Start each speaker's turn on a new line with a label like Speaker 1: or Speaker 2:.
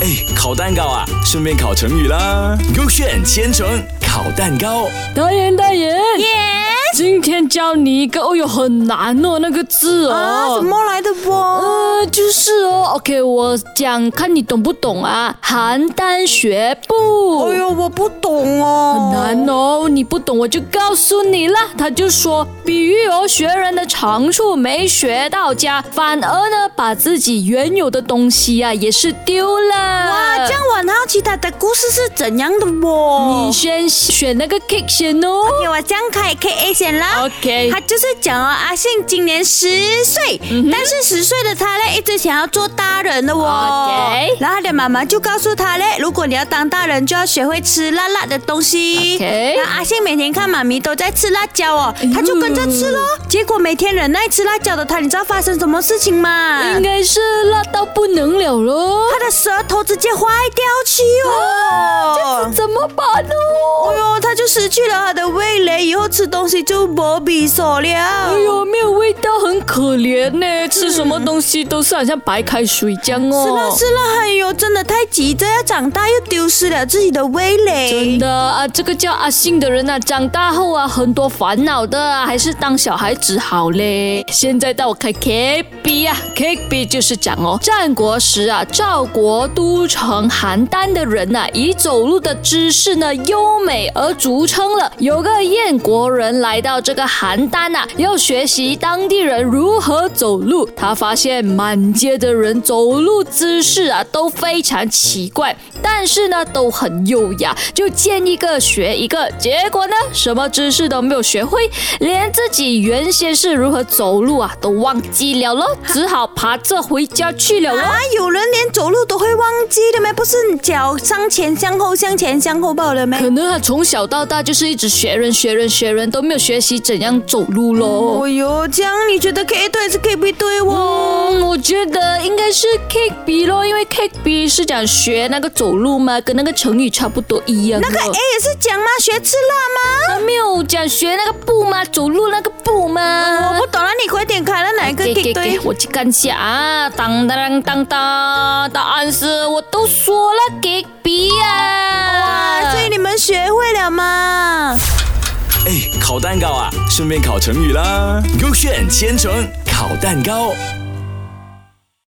Speaker 1: 哎，烤蛋糕啊，顺便烤成语啦。勾选千层烤蛋糕，
Speaker 2: 导演，导演，
Speaker 3: 耶
Speaker 2: 今天教你一个，哦哟，很难哦，那个字哦。
Speaker 3: 啊，怎？么来的不？
Speaker 2: 呃，就是哦，OK，我讲看你懂不懂啊？邯郸学步。
Speaker 3: 哎呦，我不懂哦，
Speaker 2: 很难哦，你不懂我就告诉你了。他就说，比喻哦，学人的长处没学到家，反而呢把自己原有的东西啊也是丢了。
Speaker 3: 哇，啊这样我很好奇他的故事是怎样的
Speaker 2: 你
Speaker 3: 哦。
Speaker 2: 先选那个 cake 先哦。
Speaker 3: 给我张开 K A 先啦。
Speaker 2: OK，
Speaker 3: 他就是讲哦，阿信今年十岁，
Speaker 2: 嗯
Speaker 3: 但是十岁的他嘞一直想要做大人的哦。
Speaker 2: OK
Speaker 3: 然后他的妈妈就告诉他嘞，如果你要当大人，就要学会吃辣辣的东西。
Speaker 2: OK
Speaker 3: 那阿信每天看妈咪都在吃辣椒哦
Speaker 2: 哎呦，
Speaker 3: 他就跟着吃咯。
Speaker 2: 哎
Speaker 3: 结果每天忍耐吃辣椒的他，你知道发生什么事情吗？
Speaker 2: 应该是辣到不能了喽。
Speaker 3: 他的舌头直接坏掉去哦。
Speaker 2: 怎么办呢？
Speaker 3: 哎呦，他就失去了他的味蕾，以后吃东西就不比手了。哎
Speaker 2: 哎呦，没有味道，很可怜呢。吃什么东西都是好像白开水这样哦。
Speaker 3: 是了是了，哎呦，真的太急着要长大，又丢失了自己的味蕾。
Speaker 2: 真的啊，这个叫阿信的人啊，长大后啊，很多烦恼的啊，还是当小孩子好嘞。现在到我开 K B 啊，K B 就是讲哦，战国时啊，赵国都城邯郸的人呐、啊，以走路的姿势呢优美而著称了。有个燕国人来到这个邯郸呐、啊，要学习当地人如何走路，他发现满街的人走路姿势啊都非常奇怪，但是呢都很优雅，就见一个学一个。结果呢，什么知识都没有学会，连自己原先是如何走路啊都忘记了咯，只好爬着回家去了咯。
Speaker 3: 啊，有人连走路都会忘记的咩？不是脚向前、向后、向前、向后抱的咩？
Speaker 2: 可能他从小到大就是一直学人学人学人，都没有学习怎样走路咯。
Speaker 3: 哦呦，这样你觉得 K 对还是 K B 对哦？
Speaker 2: 嗯，我觉得应该是 cake B 咯，因为 cake B 是讲学那个走路嘛，跟那个成语差不多一样的。
Speaker 3: 那个 A 也是讲吗？学吃辣
Speaker 2: 他没有讲学那个步吗？走路那个步吗？
Speaker 3: 哦吗？我不懂了，你快点开了哪一个
Speaker 2: 嗯哎给
Speaker 3: K
Speaker 2: 给
Speaker 3: 对
Speaker 2: 给？我去看一下啊！当当当当，答案是我都说了给 B 啊！
Speaker 3: 哇，所以你们学会了吗？
Speaker 1: 哎，烤蛋糕啊，顺便烤成语啦。勾选千层烤蛋糕。